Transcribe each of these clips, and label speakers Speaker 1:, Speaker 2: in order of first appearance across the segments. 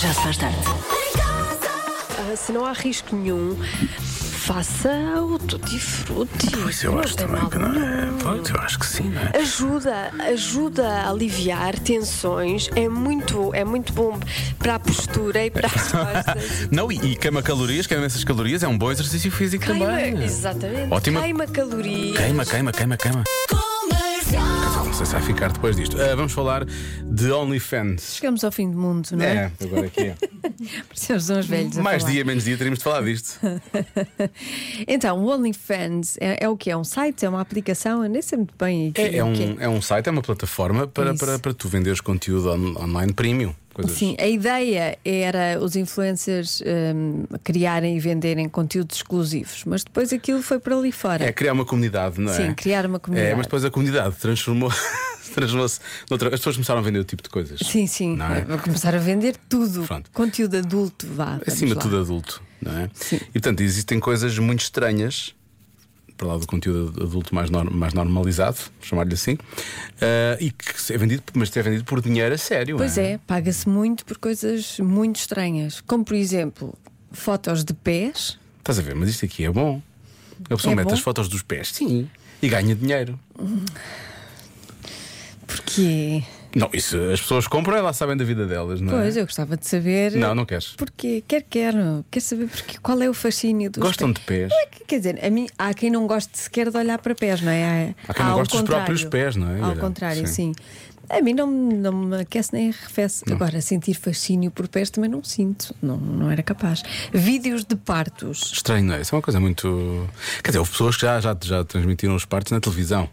Speaker 1: Já se faz tarde.
Speaker 2: Ah, se não há risco nenhum, faça o tutti frutti.
Speaker 3: Ah, Pois eu
Speaker 2: Não
Speaker 3: acho
Speaker 2: tem
Speaker 3: também
Speaker 2: mal
Speaker 3: que não é.
Speaker 2: nenhum.
Speaker 3: Pois eu acho que sim, não é?
Speaker 2: Ajuda, ajuda a aliviar tensões. É muito, é muito bom para a postura e para as costas.
Speaker 3: Não, e, e queima calorias, queima essas calorias, é um bom exercício físico
Speaker 4: é
Speaker 3: também.
Speaker 2: exatamente.
Speaker 3: Ótima-
Speaker 2: Queima calorias.
Speaker 3: Queima, queima, queima, queima. Não sei se vai ficar depois disto. Ah, vamos falar de OnlyFans.
Speaker 4: Chegamos ao fim do mundo, não é?
Speaker 3: É, agora aqui.
Speaker 4: Parecemos uns velhos. a
Speaker 3: Mais
Speaker 4: falar.
Speaker 3: dia, menos dia, teríamos de falar disto.
Speaker 4: Então, o OnlyFans é, é o que? É um site? É uma aplicação? Eu nem sei muito bem. o que-
Speaker 3: É, é
Speaker 4: o que
Speaker 3: um, é um site, é uma plataforma para,
Speaker 4: Isso.
Speaker 3: para, para tu venderes conteúdo on- online premium. Coisas. assim.
Speaker 4: Sim, a ideia era os influencers hum, criarem e venderem conteúdos exclusivos, mas depois aquilo foi para ali fora.
Speaker 3: É criar uma comunidade, não é?
Speaker 4: Sim, criar uma comunidade.
Speaker 3: É, mas depois a comunidade transformou. transformou-se. noutra- As pessoas começaram a vender o tipo de coisas.
Speaker 4: Sim, sim.
Speaker 3: Não é?
Speaker 4: Vou começar a vender tudo.
Speaker 3: Pronto.
Speaker 4: Conteúdo adulto, vá. vamos
Speaker 3: É Acima
Speaker 4: lá.
Speaker 3: de tudo adulto, não é?
Speaker 4: Sim.
Speaker 3: E portanto, existem coisas muito estranhas. Para lá do conteúdo adulto mais, nor- mais normalizado, vou chamar-lhe assim, ah, e que é vendido, mas é vendido por dinheiro a sério.
Speaker 4: Pois
Speaker 3: não
Speaker 4: é, paga-se muito por coisas muito estranhas, como por exemplo fotos de pés.
Speaker 3: Estás a ver, mas isto aqui é bom. A pessoa
Speaker 4: É
Speaker 3: mete
Speaker 4: bom?
Speaker 3: as fotos dos pés, sim, e ganha dinheiro.
Speaker 4: Porquê?
Speaker 3: Não, isso as pessoas compram, elas sabem da vida delas, não
Speaker 4: Pois,
Speaker 3: é?
Speaker 4: eu gostava de saber.
Speaker 3: Não, não queres.
Speaker 4: Porquê? Quer, quero. Quer saber porquê? qual é o fascínio dos
Speaker 3: Gostam de pés.
Speaker 4: Não é que- Quer dizer, a mim, há quem não goste sequer de olhar para pés, não é?
Speaker 3: Há quem não
Speaker 4: ao
Speaker 3: goste dos
Speaker 4: contrário.
Speaker 3: próprios pés, não é?
Speaker 4: Ao
Speaker 3: Olha,
Speaker 4: contrário, sim.
Speaker 3: sim.
Speaker 4: A mim não, me- não me aquece nem arrefece. Agora, sentir fascínio por pés também não sinto. Não, não era capaz. Vídeos de partos.
Speaker 3: Estranho, não é? Isso é uma coisa muito. Quer dizer, houve pessoas que já, já, já transmitiram os partos na televisão.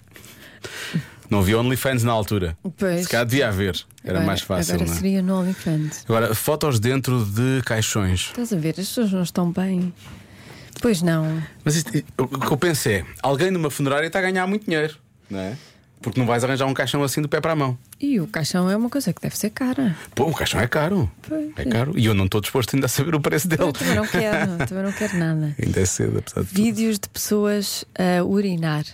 Speaker 3: Não havia OnlyFans na altura.
Speaker 4: Pois.
Speaker 3: Se calhar devia haver. Era
Speaker 4: Agora-
Speaker 3: mais fácil,
Speaker 4: Agora
Speaker 3: não é?
Speaker 4: seria no OnlyFans.
Speaker 3: Agora, fotos dentro de caixões.
Speaker 4: Estás a ver, as pessoas não estão bem. Pois não.
Speaker 3: Mas isto, o que eu penso é: alguém numa funerária está a ganhar muito dinheiro, não é? Porque não vais arranjar um caixão assim do pé para a mão.
Speaker 4: E o caixão é uma coisa que deve ser cara.
Speaker 3: Pô, o caixão é caro.
Speaker 4: Pois.
Speaker 3: É caro. E eu não estou disposto ainda a saber o preço dele.
Speaker 4: Eu também não quero, também não quero nada.
Speaker 3: Ainda é cedo, apesar de tudo.
Speaker 4: Vídeos de pessoas a urinar.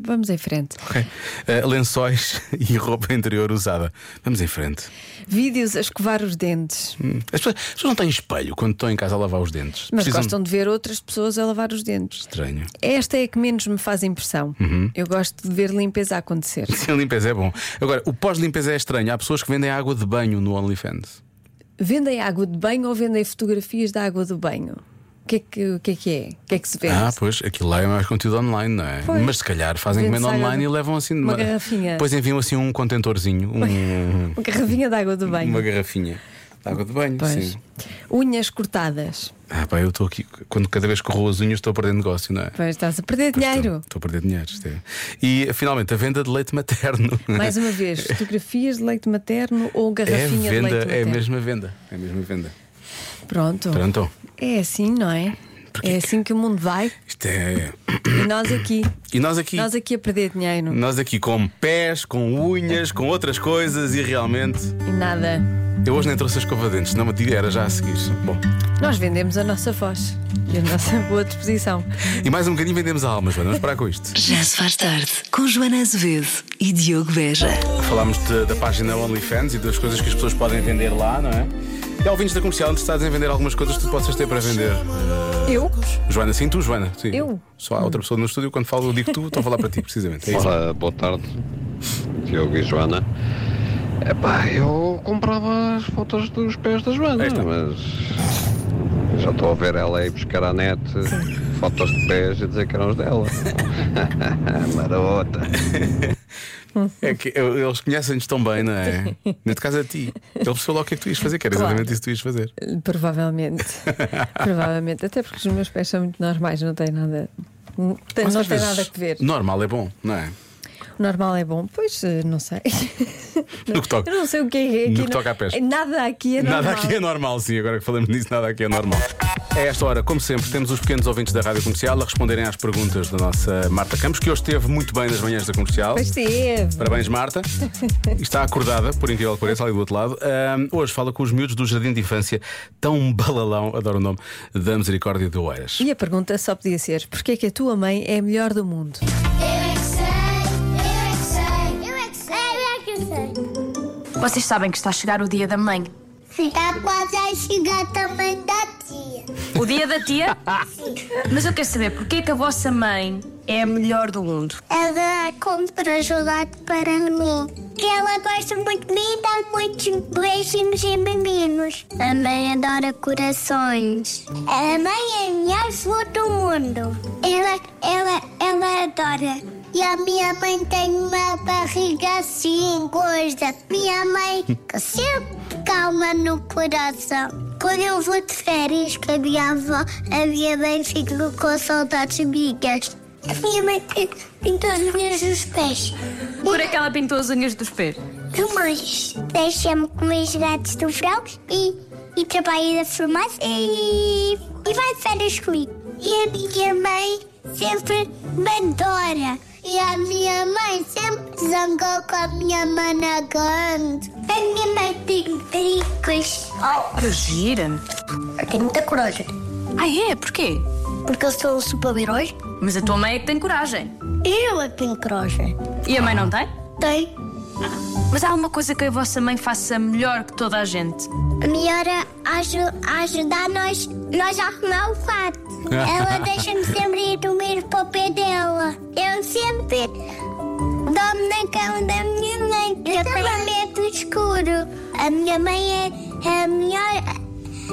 Speaker 4: Vamos em frente.
Speaker 3: Ok. Eh, lençóis e roupa interior usada. Vamos em frente.
Speaker 4: Vídeos a escovar os dentes.
Speaker 3: Hum. As, pessoas, as pessoas não têm espelho quando estão em casa a lavar os dentes.
Speaker 4: Mas
Speaker 3: Precisam-
Speaker 4: gostam de ver outras pessoas a lavar os dentes.
Speaker 3: Estranho.
Speaker 4: Esta é a que menos me faz impressão.
Speaker 3: Uhum.
Speaker 4: Eu gosto de ver limpeza a acontecer.
Speaker 3: Sim, a limpeza é bom. Agora, o pós-limpeza é estranho. Há pessoas que vendem água de banho no OnlyFans.
Speaker 4: Vendem água de banho ou vendem fotografias da água do banho? O que é que, o que, é, que é? O que é que se vende?
Speaker 3: Ah, pois, aquilo lá é mais conteúdo online, não é?
Speaker 4: Pois.
Speaker 3: Mas se calhar fazem
Speaker 4: Vende-se
Speaker 3: encomenda
Speaker 4: água
Speaker 3: online
Speaker 4: de-
Speaker 3: e levam assim
Speaker 4: uma garrafinha.
Speaker 3: Depois enviam assim um contentorzinho, um-
Speaker 4: Uma garrafinha de água do banho.
Speaker 3: uma garrafinha de água de banho.
Speaker 4: Pois.
Speaker 3: Sim.
Speaker 4: Unhas cortadas.
Speaker 3: Ah, pá, eu estou aqui. Quando cada vez que corro as unhas estou a perder negócio, não é?
Speaker 4: Pois estás a perder dinheiro.
Speaker 3: Estou a perder dinheiro. isto é. E finalmente, a venda de leite materno.
Speaker 4: Mais uma vez, fotografias de leite materno ou
Speaker 3: É
Speaker 4: garrafinha de
Speaker 3: venda,
Speaker 4: leite
Speaker 3: é a
Speaker 4: materno.
Speaker 3: mesma venda. É a mesma venda.
Speaker 4: Pronto.
Speaker 3: Pronto.
Speaker 4: É assim, não é? É assim que o mundo vai
Speaker 3: Isto é.
Speaker 4: e nós aqui.
Speaker 3: E nós aqui.
Speaker 4: Nós aqui a perder dinheiro
Speaker 3: Nós aqui com pés, com unhas, com outras coisas e realmente.
Speaker 4: e nada.
Speaker 3: Eu hoje nem trouxe a escova de dentes, não me diga, era já a seguir. Bom,
Speaker 4: Nós vendemos a nossa voz e a nossa boa disposição.
Speaker 3: e mais um bocadinho vendemos a alma, Joana, vamos parar com isto.
Speaker 1: Já se faz tarde com Joana Azevedo e Diogo Beja.
Speaker 3: Falámos de- da página OnlyFans e das coisas que as pessoas podem vender lá, não é? E há ouvintes da comercial interessados em vender algumas coisas que tu possas ter para vender.
Speaker 4: Eu?
Speaker 3: Joana, sim, tu, Joana. Sim.
Speaker 4: Eu?
Speaker 3: Só há outra pessoa no estúdio, quando falo, eu digo tu, estou a falar para ti, precisamente. É isso.
Speaker 5: Olá, boa tarde, Diogo e Joana. Epá, eu comprava as fotos dos pés da Joana,
Speaker 3: Aí está.
Speaker 5: mas já estou a ver ela aí buscar à net fotos de pés e dizer que eram os dela. Marota.
Speaker 3: É que eu- eles conhecem-nos tão bem, não é? Neste caso a ti. Ele percebeu logo o que é que tu ias fazer, que era
Speaker 4: Claro.
Speaker 3: exatamente isso que tu ias fazer.
Speaker 4: Provavelmente. Provavelmente. Até porque os meus pés são muito normais, não tem nada. Não tem
Speaker 3: Mas às vezes,
Speaker 4: nada a ver.
Speaker 3: Normal é bom, não é?
Speaker 4: Normal é bom? Pois, eh, não sei.
Speaker 3: No que toca.
Speaker 4: Eu não sei o que é que é
Speaker 3: No
Speaker 4: aqui.
Speaker 3: que toca a pés.
Speaker 4: Nada aqui é normal.
Speaker 3: Nada aqui é normal, sim, agora que falamos nisso, nada aqui é normal. A esta hora, como sempre, temos os pequenos ouvintes da Rádio Comercial a responderem às perguntas da nossa Marta Campos, que hoje esteve muito bem nas manhãs da comercial.
Speaker 4: Pois é. teve.
Speaker 3: Parabéns, Marta. Está acordada, por incrível que pareça, ali do outro lado. Ahm, hoje fala com os miúdos do Jardim de Infância, tão balalão, adoro o nome, da Misericórdia de Oeiras.
Speaker 4: E a pergunta só podia ser: porquê é que a tua mãe é a melhor do mundo?
Speaker 6: Vocês sabem que está a chegar o dia da mãe. Está quase a chegar também da tia.
Speaker 7: O dia da tia? Mas eu quero saber porquê que a vossa mãe é a melhor do mundo.
Speaker 6: Ela compra gelado para mim. Que ela gosta muito de mim, dá muitos beijinhos e meninos. Também adora corações. A mãe é a melhor flor do mundo. Ela, ela, ela adora. E a minha mãe tem uma barriga assim, gorda. Minha mãe que sempre calma no coração. Quando eu vou de férias com a minha avó, a minha mãe fica com saudades minhas. A minha mãe tem- pintou as unhas dos pés.
Speaker 7: Por é que ela pintou as unhas dos pés?
Speaker 6: Mas deixa-me comer gelados do verão e, e trabalho da farmácia e, e vai de férias comigo. E a minha mãe sempre me adora. E a minha mãe sempre zangou com a minha mana grande. A minha mãe tem brincos. Oh,
Speaker 7: Que gira.
Speaker 6: eu tenho muita coragem.
Speaker 7: Ah, é? Porquê?
Speaker 6: Porque eu sou um super-herói.
Speaker 7: Mas a tua mãe é que tem coragem.
Speaker 6: Eu é que tenho coragem.
Speaker 7: E a mãe não tem?
Speaker 6: Tem.
Speaker 7: Mas há uma coisa que a vossa mãe faça melhor que toda a gente.
Speaker 6: A minha hora aju- ajudar nós, nós a arrumar o quarto. Ela deixa-me sempre ir dormir para o pé dela. Eu sempre dormo na cama da minha mãe. que Eu tenho medo do escuro. A minha mãe é, é a melhor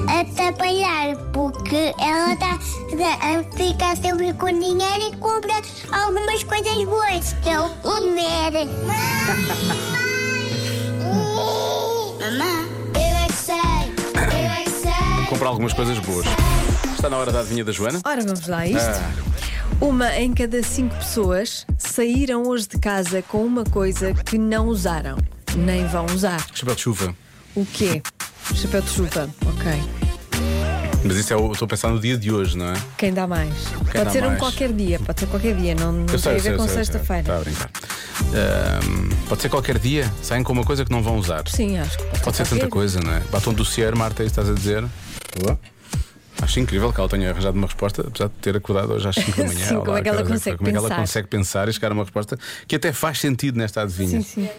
Speaker 6: a, a trabalhar porque ela tá, tá- a- fica sempre com dinheiro e compra algumas coisas boas. Que é o comer. Mamãe. Eu é que sei. Eu é que sei.
Speaker 3: Comprar algumas coisas boas. Está na hora da adivinha da Joana?
Speaker 4: Ora, vamos
Speaker 3: Ah.
Speaker 4: lá a isto. Uma em cada cinco pessoas saíram hoje de casa com uma coisa que não usaram, nem vão usar.
Speaker 3: Chapéu de chuva.
Speaker 4: O quê? Chapéu de chuva. Ok.
Speaker 3: Mas isso é o. eu Estou a pensar no dia de hoje, não é?
Speaker 4: Quem dá mais? pode
Speaker 3: dá
Speaker 4: ser um
Speaker 3: mais?
Speaker 4: qualquer dia, pode ser qualquer dia, não, não tem a ver com
Speaker 3: Está Tá a
Speaker 4: sexta-feira.
Speaker 3: brincar. Ahm, pode ser qualquer dia, saem com uma coisa que não vão usar.
Speaker 4: Sim, acho que
Speaker 3: Pode ser tanta
Speaker 4: qualquer.
Speaker 3: coisa, não é? Batom do Cier, Marta, é isso que estás a dizer? Boa. Acho incrível que ela tenha arranjado uma resposta, apesar de ter acordado hoje às 5 da manhã.
Speaker 4: Sim,
Speaker 3: ou lá
Speaker 4: como é que ela
Speaker 3: horas
Speaker 4: consegue
Speaker 3: foi, como é que ela
Speaker 4: pensar?
Speaker 3: consegue pensar e chegar a uma resposta que até faz sentido nesta adivinha?
Speaker 4: Sim, sim.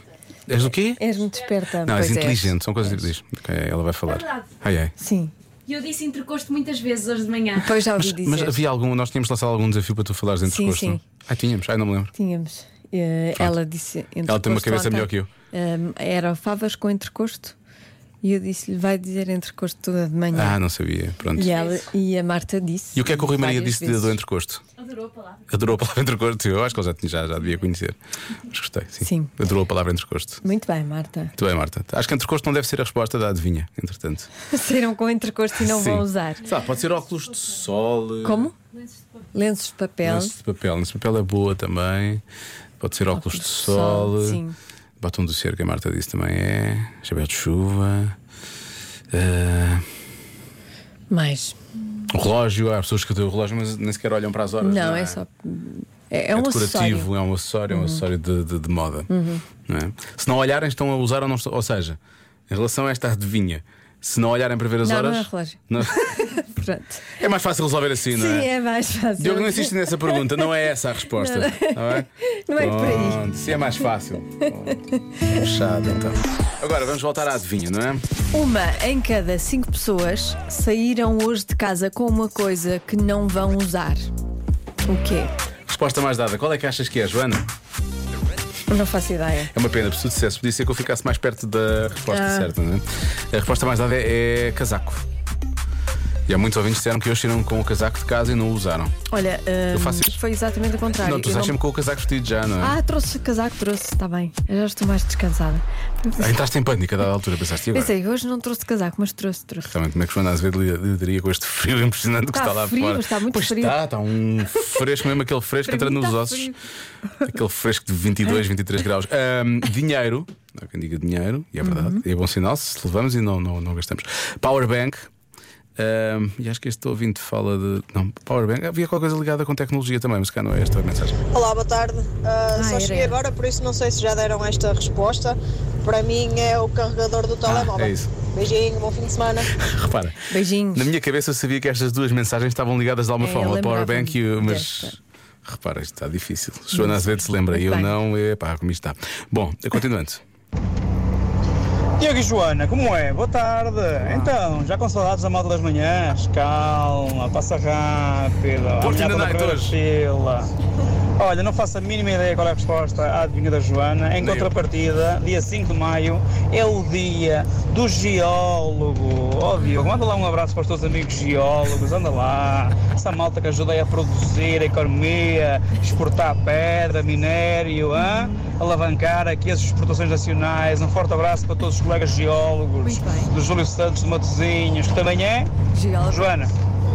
Speaker 3: És o quê?
Speaker 4: És muito esperta.
Speaker 3: Não,
Speaker 4: pois é.
Speaker 3: és
Speaker 4: és.
Speaker 3: inteligente, são coisas inteligentes. Ok, ela vai falar. Ai, ai.
Speaker 4: Sim.
Speaker 8: E eu disse entrecosto muitas vezes hoje de manhã.
Speaker 4: Pois já ouvi
Speaker 3: Mas,
Speaker 4: dizer.
Speaker 3: mas havia algum, nós tínhamos lançado algum desafio para tu falares dentro
Speaker 4: Sim,
Speaker 3: do rosto?
Speaker 4: sim.
Speaker 3: não? Ah, tínhamos, ai, não me lembro.
Speaker 4: Tínhamos. Eh, ela disse.
Speaker 3: Ela tem uma
Speaker 4: entrecosto
Speaker 3: cabeça
Speaker 4: ontem.
Speaker 3: melhor que eu.
Speaker 4: Ehm, era favas com entrecosto e eu disse-lhe: vai dizer entrecosto toda de manhã.
Speaker 3: Ah, não sabia, pronto.
Speaker 4: E, ela, e a Marta disse.
Speaker 3: E o que é que o Rui Maria
Speaker 4: várias
Speaker 3: disse de-
Speaker 4: vezes.
Speaker 3: do entrecosto?
Speaker 8: Adorou a palavra.
Speaker 3: Adorou a palavra entrecosto? Eu acho que ele já, tinha- já, já devia conhecer. Mas gostei, sim.
Speaker 4: Sim.
Speaker 3: Adorou a palavra entrecosto.
Speaker 4: Muito bem, Marta.
Speaker 3: Muito bem, Marta. Acho que entrecosto não deve ser a resposta da adivinha, entretanto.
Speaker 4: Saíram com entrecosto e não
Speaker 3: Sim.
Speaker 4: vão Então usar.
Speaker 3: Sei lá, pode ser óculos de sol. eh,
Speaker 4: Como? Lenços de papel.
Speaker 3: Lenço de papel. Lenço de papel é boa também. Pode ser óculos, de
Speaker 4: de
Speaker 3: sol.
Speaker 4: sol, sim.
Speaker 3: Batom do cerco, a Marta disse também é. Chapéu de chuva. eh,
Speaker 4: Mais.
Speaker 3: relógio. Há pessoas que têm o relógio, mas nem sequer olham para as horas.
Speaker 4: Não, é só. É, é
Speaker 3: É
Speaker 4: um
Speaker 3: decorativo,
Speaker 4: acessório. Uhum.
Speaker 3: é um acessório, é um acessório de, de- de moda. Não é? Se não olharem, estão a usar ou não estão. Ou seja, em relação a esta adivinha, se não olharem para ver as
Speaker 4: Não, não
Speaker 3: horas.
Speaker 4: é relógio.
Speaker 3: não-
Speaker 4: Pronto.
Speaker 3: é mais fácil resolver assim, não
Speaker 4: Sim,
Speaker 3: é?
Speaker 4: é mais fácil.
Speaker 3: Diogo não insiste nessa pergunta, não é essa a resposta.
Speaker 4: Não.
Speaker 3: Não é,
Speaker 4: Não é por aí.
Speaker 3: Pronto, Se é mais fácil. Pronto. Fechado então. Agora vamos voltar à adivinha, não é?
Speaker 4: Uma em cada cinco pessoas saíram hoje de casa com uma coisa que não vão usar. O quê?
Speaker 3: Resposta mais dada. Qual é que achas que é, Joana?
Speaker 4: Não faço ideia.
Speaker 3: É uma pena, preciso de sucesso. Podia ser que eu ficasse mais perto da resposta
Speaker 4: Ah.
Speaker 3: certa, não é? A resposta mais dada é, é casaco. E há muitos ouvintes que disseram que hoje saíram com o casaco de casa e não o usaram.
Speaker 4: Olha, hum,
Speaker 3: faço isto.
Speaker 4: foi exatamente o contrário.
Speaker 3: não, tu
Speaker 4: Eu
Speaker 3: usas sempre com o casaco vestido já, não é?
Speaker 4: Ah, trouxe casaco, trouxe, está bem. Eu já estou mais descansada.
Speaker 3: Ah, Entraste em pânico a dada altura, pensaste e agora.
Speaker 4: Pensei, hoje não trouxe casaco, mas trouxe, trouxe.
Speaker 3: Realmente, como é que Joana Azevedo lida- lidaria com este frio impressionante que
Speaker 4: Está
Speaker 3: está lá
Speaker 4: Tá frio,
Speaker 3: fora?
Speaker 4: está muito
Speaker 3: pois
Speaker 4: frio.
Speaker 3: Está, está um fresco mesmo, aquele fresco que
Speaker 4: Para
Speaker 3: entra
Speaker 4: mim
Speaker 3: nos
Speaker 4: está
Speaker 3: ossos.
Speaker 4: frio.
Speaker 3: Aquele fresco de 22, 23 graus. Ahm, dinheiro, há quem diga dinheiro, e é
Speaker 4: Uhum.
Speaker 3: verdade, e é bom sinal se levamos e não, não, não gastamos. Powerbank. ahm, e acho que este ouvinte fala de. Não, Powerbank. Havia qualquer coisa ligada com tecnologia também, mas cá não é esta a mensagem.
Speaker 9: Olá, boa tarde. Ah,
Speaker 4: Ah,
Speaker 9: só
Speaker 4: era
Speaker 9: cheguei
Speaker 4: ela.
Speaker 9: agora, por isso não sei se já deram esta resposta. Para mim é o carregador do telemóvel.
Speaker 3: é isso.
Speaker 9: Beijinho, bom fim de semana.
Speaker 3: Repara,
Speaker 4: Beijinhos.
Speaker 3: na minha cabeça eu sabia que estas duas mensagens estavam ligadas de alguma
Speaker 4: É, eu
Speaker 3: forma, a
Speaker 4: lembrava-me
Speaker 3: Powerbank e o. Mas.
Speaker 4: desta.
Speaker 3: Repara, isto está difícil. Joana Azevedo se lembra,
Speaker 4: Muito
Speaker 3: eu
Speaker 4: bem.
Speaker 3: não, é pá, como isto está. Bom, continuando.
Speaker 10: Tiago e Joana, como é? Boa tarde. Então, já com saudades da moda das manhãs? Calma, passa rápido. A
Speaker 3: Porto
Speaker 10: mulher
Speaker 3: ainda
Speaker 10: está na
Speaker 3: night
Speaker 10: primeira
Speaker 3: hoje.
Speaker 10: fila. Olha, não faço a mínima ideia qual é a resposta à adivinha da Joana. Em
Speaker 3: Nem eu.
Speaker 10: contrapartida, dia 5 de maio é o dia do geólogo. Ó Diogo, manda lá um abraço para os teus amigos geólogos, anda lá. Essa malta que ajudei a produzir a economia, exportar pedra, minério, hã? alavancar aqui as exportações nacionais. Um forte abraço para todos os colegas geólogos
Speaker 4: Muito bem.
Speaker 10: do Júlio Santos de Matosinhos, que também é
Speaker 4: Geólogo.
Speaker 10: Joana.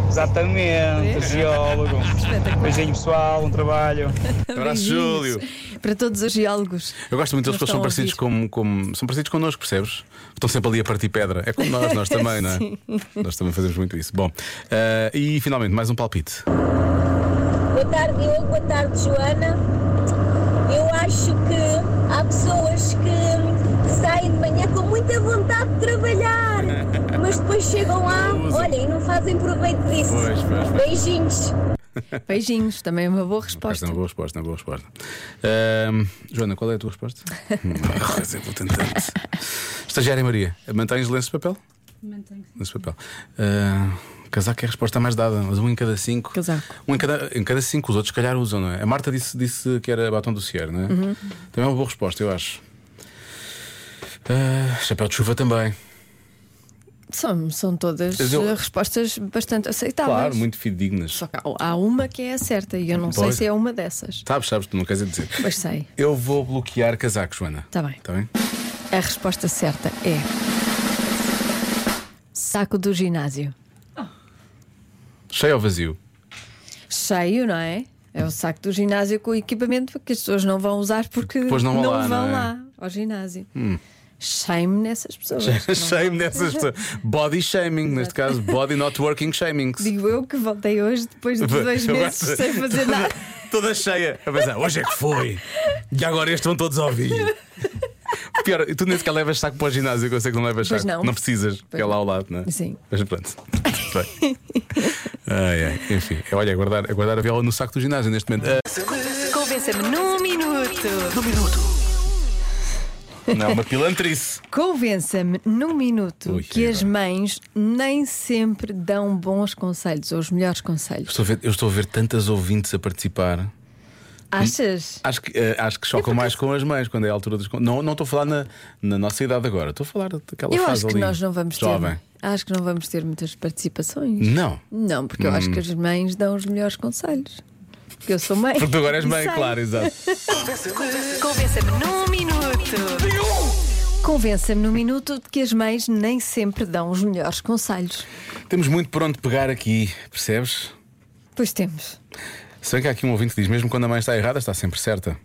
Speaker 10: Exatamente, geólogo.
Speaker 4: É. Espetacular.
Speaker 10: Beijinho pessoal, um trabalho.
Speaker 3: Abraço,
Speaker 4: Beijinhos.
Speaker 3: Júlio.
Speaker 4: Para todos os geólogos.
Speaker 3: Eu gosto muito deles porque eles são
Speaker 4: Não
Speaker 3: parecidos,
Speaker 4: estão
Speaker 3: como, como- são parecidos connosco, percebes? Estão sempre ali a partir pedra. É como nós, nós também, não é?
Speaker 4: Sim.
Speaker 3: Nós também fazemos muito isso. Bom, eh, e finalmente, mais um palpite.
Speaker 11: Boa tarde, Diogo. Boa tarde, Joana. Eu acho que há pessoas que saem de manhã com muita vontade de trabalhar, mas depois chegam lá, olha, e não fazem proveito disso.
Speaker 3: Pois, pois, pois.
Speaker 11: Beijinhos.
Speaker 4: Beijinhos, também é uma boa
Speaker 3: Esta é
Speaker 4: resposta.
Speaker 3: uma boa resposta, é uma boa resposta. Ahm, Joana, qual é a tua resposta? Hum, quer dizer, vou tentando. Estagiária Maria, mantens lenço de papel?
Speaker 8: Mantenho.
Speaker 3: Lenço de papel. Ah, casaco é a resposta mais dada, mas um em cada cinco.
Speaker 4: Casaco.
Speaker 3: Um em cada, em cada cinco, os outros se calhar usam, não é? A Marta disse, disse que era batom do Cier, não é?
Speaker 4: Uhum.
Speaker 3: Também é uma boa resposta, eu acho. Ah, chapéu de chuva também.
Speaker 4: São, são todas
Speaker 3: Mas eu-
Speaker 4: eh, respostas bastante aceitáveis.
Speaker 3: Claro, muito fidedignas.
Speaker 4: Só que há- há uma que é a certa e eu não sei
Speaker 3: Pois.
Speaker 4: se é uma dessas.
Speaker 3: Sabes, sabes, tu não queres dizer.
Speaker 4: Mas sei.
Speaker 3: Eu vou bloquear casaco, Joana.
Speaker 4: Tá bem.
Speaker 3: Está bem?
Speaker 4: A resposta certa é. Saco do ginásio.
Speaker 3: Cheio ou vazio?
Speaker 4: Cheio, não é? É o saco do ginásio com o equipamento que as pessoas não vão usar porque
Speaker 3: Depois não vão lá, não é? Hum.
Speaker 4: lá ao ginásio. Shame nessas pessoas. não é?
Speaker 3: Shame dessas pessoas. Body shaming, neste caso, body not working shaming.
Speaker 4: Digo eu que voltei hoje depois de dois
Speaker 3: Agora-
Speaker 4: meses sem fazer nada.
Speaker 3: Toda cheia. A pensar, hoje é que foi. E agora este vão todos ao ouvir. Pior, tu nem sequer levas saco para o ginásio, que eu sei que não levas
Speaker 4: Pois
Speaker 3: saco.
Speaker 4: não.
Speaker 3: precisas, porque é lá ao lado, não é?
Speaker 4: Sim.
Speaker 3: Mas pronto. Bem. Ai, ai. Enfim, é, olha, guardar, guardar a viola no saco do ginásio neste momento. Ah,
Speaker 1: Convença-me num minuto.
Speaker 3: não, uma pilantrice.
Speaker 4: Convença-me num minuto
Speaker 3: Ui,
Speaker 4: que as
Speaker 3: agora.
Speaker 4: mães nem sempre dão bons conselhos ou os melhores conselhos.
Speaker 3: Estou a ver- eu estou a ver tantas ouvintes a participar. Hum.
Speaker 4: Achas?
Speaker 3: Acho que, eh, acho que chocam mais com as mães quando é a altura dos. con- Não, não estou a falar na, na nossa idade agora, estou a falar daquela
Speaker 4: Eu
Speaker 3: fase
Speaker 4: acho que
Speaker 3: ali.
Speaker 4: nós não vamos ter.
Speaker 3: Jovem.
Speaker 4: Acho que não vamos ter muitas participações.
Speaker 3: Não.
Speaker 4: Não, porque eu
Speaker 3: Hum.
Speaker 4: acho que as mães dão os melhores conselhos. Porque eu sou mãe.
Speaker 3: Porque tu agora és
Speaker 4: e
Speaker 3: mãe,
Speaker 4: sei.
Speaker 3: claro, exato.
Speaker 1: Convença-me num minuto.
Speaker 4: Convença-me num minuto de que as mães nem sempre dão os melhores conselhos.
Speaker 3: Temos muito por onde pegar aqui, percebes?
Speaker 4: Pois temos.
Speaker 3: Se bem que há aqui um ouvinte que diz: mesmo quando a mãe está errada, está sempre certa.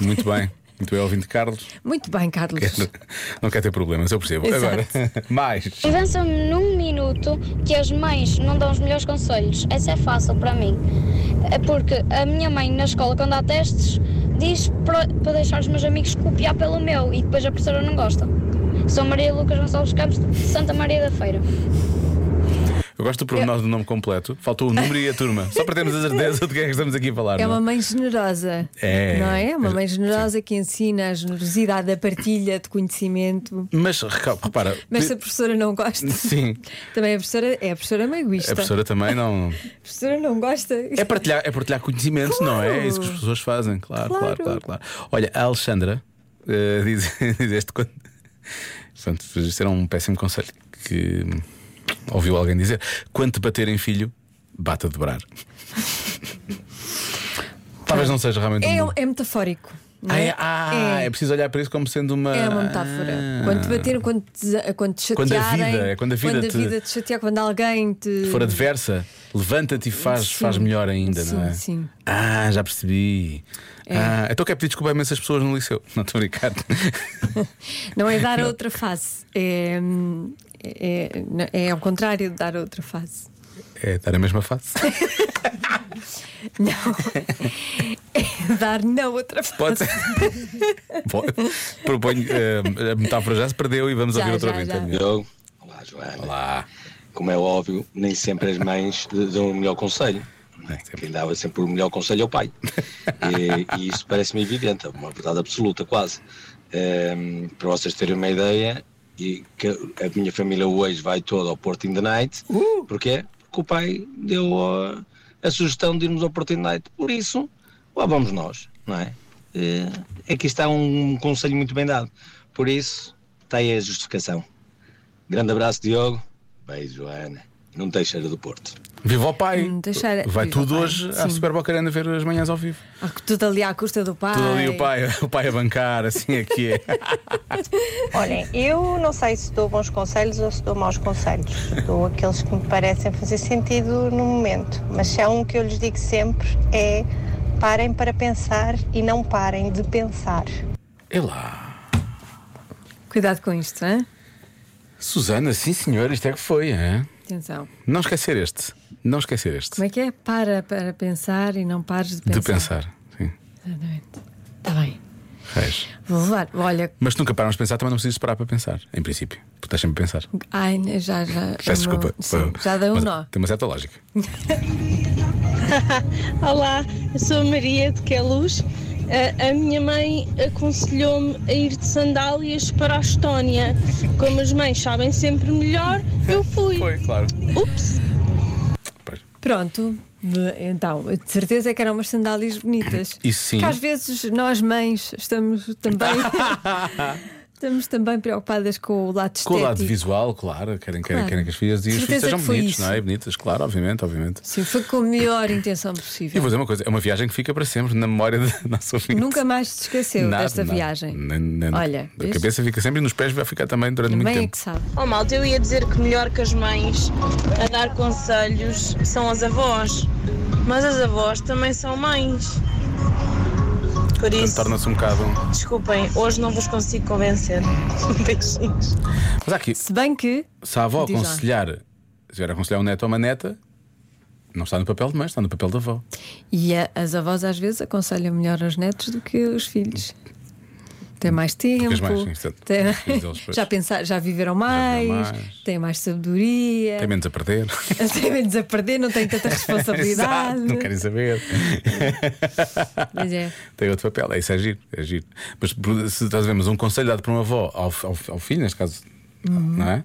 Speaker 3: Muito bem. Muito bem, ouvinte Carlos.
Speaker 4: Muito bem, Carlos.
Speaker 3: Não quer ter problemas, eu percebo.
Speaker 4: Exato.
Speaker 3: Agora, mais.
Speaker 12: Convençam-me num minuto que as mães não dão os melhores conselhos. Essa é fácil para mim. É porque a minha mãe na escola, quando há testes, diz para, para deixar os meus amigos copiar pelo meu e depois a professora não gosta. Sou Maria Lucas Gonçalves Campos, de Santa Maria da Feira.
Speaker 3: Eu gosto do pormenor do nome completo. Faltou o número e a turma. Só para termos a certeza de quem é que estamos aqui a falar.
Speaker 4: É
Speaker 3: não
Speaker 4: uma mãe generosa.
Speaker 3: É.
Speaker 4: Não é? Uma mãe generosa que ensina a generosidade, a partilha de conhecimento.
Speaker 3: Mas recal- repara.
Speaker 4: Mas se a professora não gosta.
Speaker 3: Sim.
Speaker 4: Também a professora é a professora
Speaker 3: A
Speaker 4: meiguista.
Speaker 3: professora também não.
Speaker 4: A professora não gosta.
Speaker 3: É partilhar, é partilhar conhecimento, não é? É isso que as pessoas fazem, claro, claro,
Speaker 4: Claro.
Speaker 3: claro. claro, Olha, a Alexandra eh, diz, diz este quando. Pronto, isto era um péssimo conselho que hum, ouviu alguém dizer. Quando te baterem filho, bata a dobrar. Talvez não seja realmente. um bom-
Speaker 4: É, é metafórico. não
Speaker 3: Ah,
Speaker 4: é?
Speaker 3: é, ah, é preciso olhar para isso como sendo uma.
Speaker 4: É uma metáfora.
Speaker 3: Ah.
Speaker 4: Quando te bateram, quando te, quando te
Speaker 3: Quando a
Speaker 4: chatearem.
Speaker 3: vida- é quando a vida te-
Speaker 4: te chatear, quando alguém te.
Speaker 3: Se for adversa, levanta-te e faz,
Speaker 4: Sim.
Speaker 3: faz melhor ainda,
Speaker 4: Sim,
Speaker 3: não é?
Speaker 4: sim. É.
Speaker 3: Ah, já percebi. Ah, então quero pedir desculpa a imensas pessoas no liceu. Não estou a brincar.
Speaker 4: Não é dar a outra face. É, hum, é, é, é ao contrário de dar a outra face.
Speaker 3: É estar a mesma face.
Speaker 4: Não. É dar na outra face.
Speaker 3: Pode ser. Bom, Proponho. eh, a metáfora já se perdeu e vamos
Speaker 4: Já,
Speaker 3: ouvir outra
Speaker 4: já,
Speaker 3: vez.
Speaker 4: já.
Speaker 13: Diogo. Olá, Joana. Como é óbvio, nem sempre as mães d- dão o melhor conselho. não é? Quem dava sempre o melhor conselho é o pai. E, e isso parece-me evidente, é uma verdade absoluta, quase. Ehm, para vocês terem uma ideia, E que a minha família hoje vai toda ao Porto in the Night. Porquê? Porque o pai deu ó, a sugestão de irmos ao Porto in the Night. Por isso, lá vamos nós, não é? Eh, Aqui está um conselho muito bem dado. Por isso, está aí a justificação. Grande abraço, Diogo. Beijo, Ana. E Não tem cheiro do Porto.
Speaker 3: Viva o pai!
Speaker 4: Hum, deixar- Viva
Speaker 3: Vai tudo
Speaker 4: o pai,
Speaker 3: hoje à
Speaker 4: sim.
Speaker 3: Super Boca Arena ver as manhãs ao vivo.
Speaker 4: Ah, Tudo ali à custa do pai.
Speaker 3: Tudo ali o pai, o pai a bancar, assim aqui é.
Speaker 14: Olhem, eu não sei se dou bons conselhos ou se dou maus conselhos. Dou aqueles que me parecem fazer sentido no momento. Mas se há um que eu lhes digo sempre é parem para pensar e não parem de pensar.
Speaker 3: É lá.
Speaker 4: Cuidado com isto, hein?
Speaker 3: Susana, sim senhor, isto é que foi, é?
Speaker 4: Atenção.
Speaker 3: Não esquecer este. Não esquecer este.
Speaker 4: Como é que é? Para para pensar e não pares de pensar.
Speaker 3: De pensar. Sim.
Speaker 4: Exatamente. Está bem.
Speaker 3: Reis.
Speaker 4: Vou levar. Olha,
Speaker 3: Mas se nunca paramos de pensar, também não precisas parar para pensar, em princípio. Porque estás sempre a pensar.
Speaker 4: ai, já, já.
Speaker 3: Peço
Speaker 4: já me-
Speaker 3: desculpa.
Speaker 4: sim,
Speaker 3: Foi-
Speaker 4: já deu um
Speaker 3: mas
Speaker 4: nó.
Speaker 3: Tem uma certa lógica.
Speaker 15: Olá, eu sou a Maria de Queluz. A, a minha mãe aconselhou-me a ir de sandálias para a Estónia. Como as mães sabem sempre melhor, eu fui.
Speaker 3: Foi, claro.
Speaker 15: Ups!
Speaker 4: Pronto. Então, de certeza que eram umas sandálias bonitas.
Speaker 3: Isso sim.
Speaker 4: Que às vezes nós mães estamos também, estamos também preocupadas com o lado
Speaker 3: Com o
Speaker 4: estético.
Speaker 3: lado visual, claro, querem, querem,
Speaker 4: Claro.
Speaker 3: querem que as filhas e os filhos
Speaker 4: Certeza
Speaker 3: sejam
Speaker 4: que foi
Speaker 3: bonitos,
Speaker 4: isso.
Speaker 3: não é? E Bonitas, claro, obviamente, obviamente.
Speaker 4: Sim, foi com a melhor intenção
Speaker 3: E
Speaker 4: possível.
Speaker 3: vou dizer uma coisa, é uma viagem que fica para sempre na memória da nossa ouvinte.
Speaker 4: Nunca mais se esqueceu
Speaker 3: Nada,
Speaker 4: desta
Speaker 3: nada.
Speaker 4: viagem.
Speaker 3: Nem- nem-
Speaker 4: Olha,
Speaker 3: a
Speaker 4: vês?
Speaker 3: cabeça fica sempre e nos pés vai ficar também durante muito
Speaker 4: Bem é
Speaker 3: tempo.
Speaker 4: que sabe.
Speaker 15: Oh malta, eu ia dizer que melhor que as mães a dar conselhos são as avós, mas as avós também são mães. Por
Speaker 3: Portanto,
Speaker 15: isso,
Speaker 3: Torna-se um bocado. um-
Speaker 15: desculpem, hoje não vos consigo convencer. Beijinhos.
Speaker 3: Mas há aqui,
Speaker 4: Se bem que.
Speaker 3: se a avó
Speaker 4: Diz lá.
Speaker 3: aconselhar, se vier a aconselhar um neto ou uma neta, não está no papel de mãe, está no papel da avó.
Speaker 4: E a- as avós às vezes aconselham melhor os netos do que os filhos. Tem mais tempo.
Speaker 3: as mães, sim, certo.
Speaker 4: têm-
Speaker 3: Os filhos deles, pois.
Speaker 4: já, pensaram, já viveram mais,
Speaker 3: mais.
Speaker 4: têm mais sabedoria.
Speaker 3: Tem menos a perder.
Speaker 4: Tem menos a perder, não têm tanta
Speaker 3: Exato,
Speaker 4: responsabilidade.
Speaker 3: não querem saber.
Speaker 4: Mas é.
Speaker 3: Tem outro papel, é isso, é giro, é giro. Mas se estás a ver, mas um conselho dado por uma avó ao, ao, ao filho, neste caso,
Speaker 4: Uhum.
Speaker 3: não é?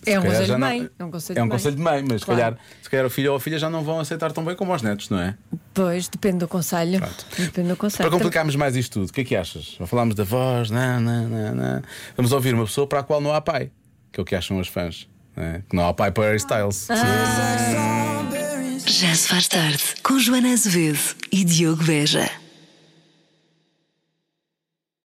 Speaker 3: Se
Speaker 4: É um
Speaker 3: calhar
Speaker 4: conselho
Speaker 3: já
Speaker 4: de
Speaker 3: não-
Speaker 4: mãe. É um conselho
Speaker 3: É um
Speaker 4: de mãe.
Speaker 3: conselho de mãe, mas se
Speaker 4: Claro.
Speaker 3: calhar, se calhar o filho ou a filha já não vão aceitar tão bem como os netos, não é?
Speaker 4: Pois, depende do conselho. Depende do
Speaker 3: Para
Speaker 4: conselho.
Speaker 3: complicarmos mais isto tudo, o que é que achas? Já falámos da voz, não, não, não, não. Vamos ouvir uma pessoa para a qual não há pai, que é o que acham os fãs. não é? Que não há pai para Harry Styles.
Speaker 1: Já se faz tarde com Joana Azevedo e Diogo Veja.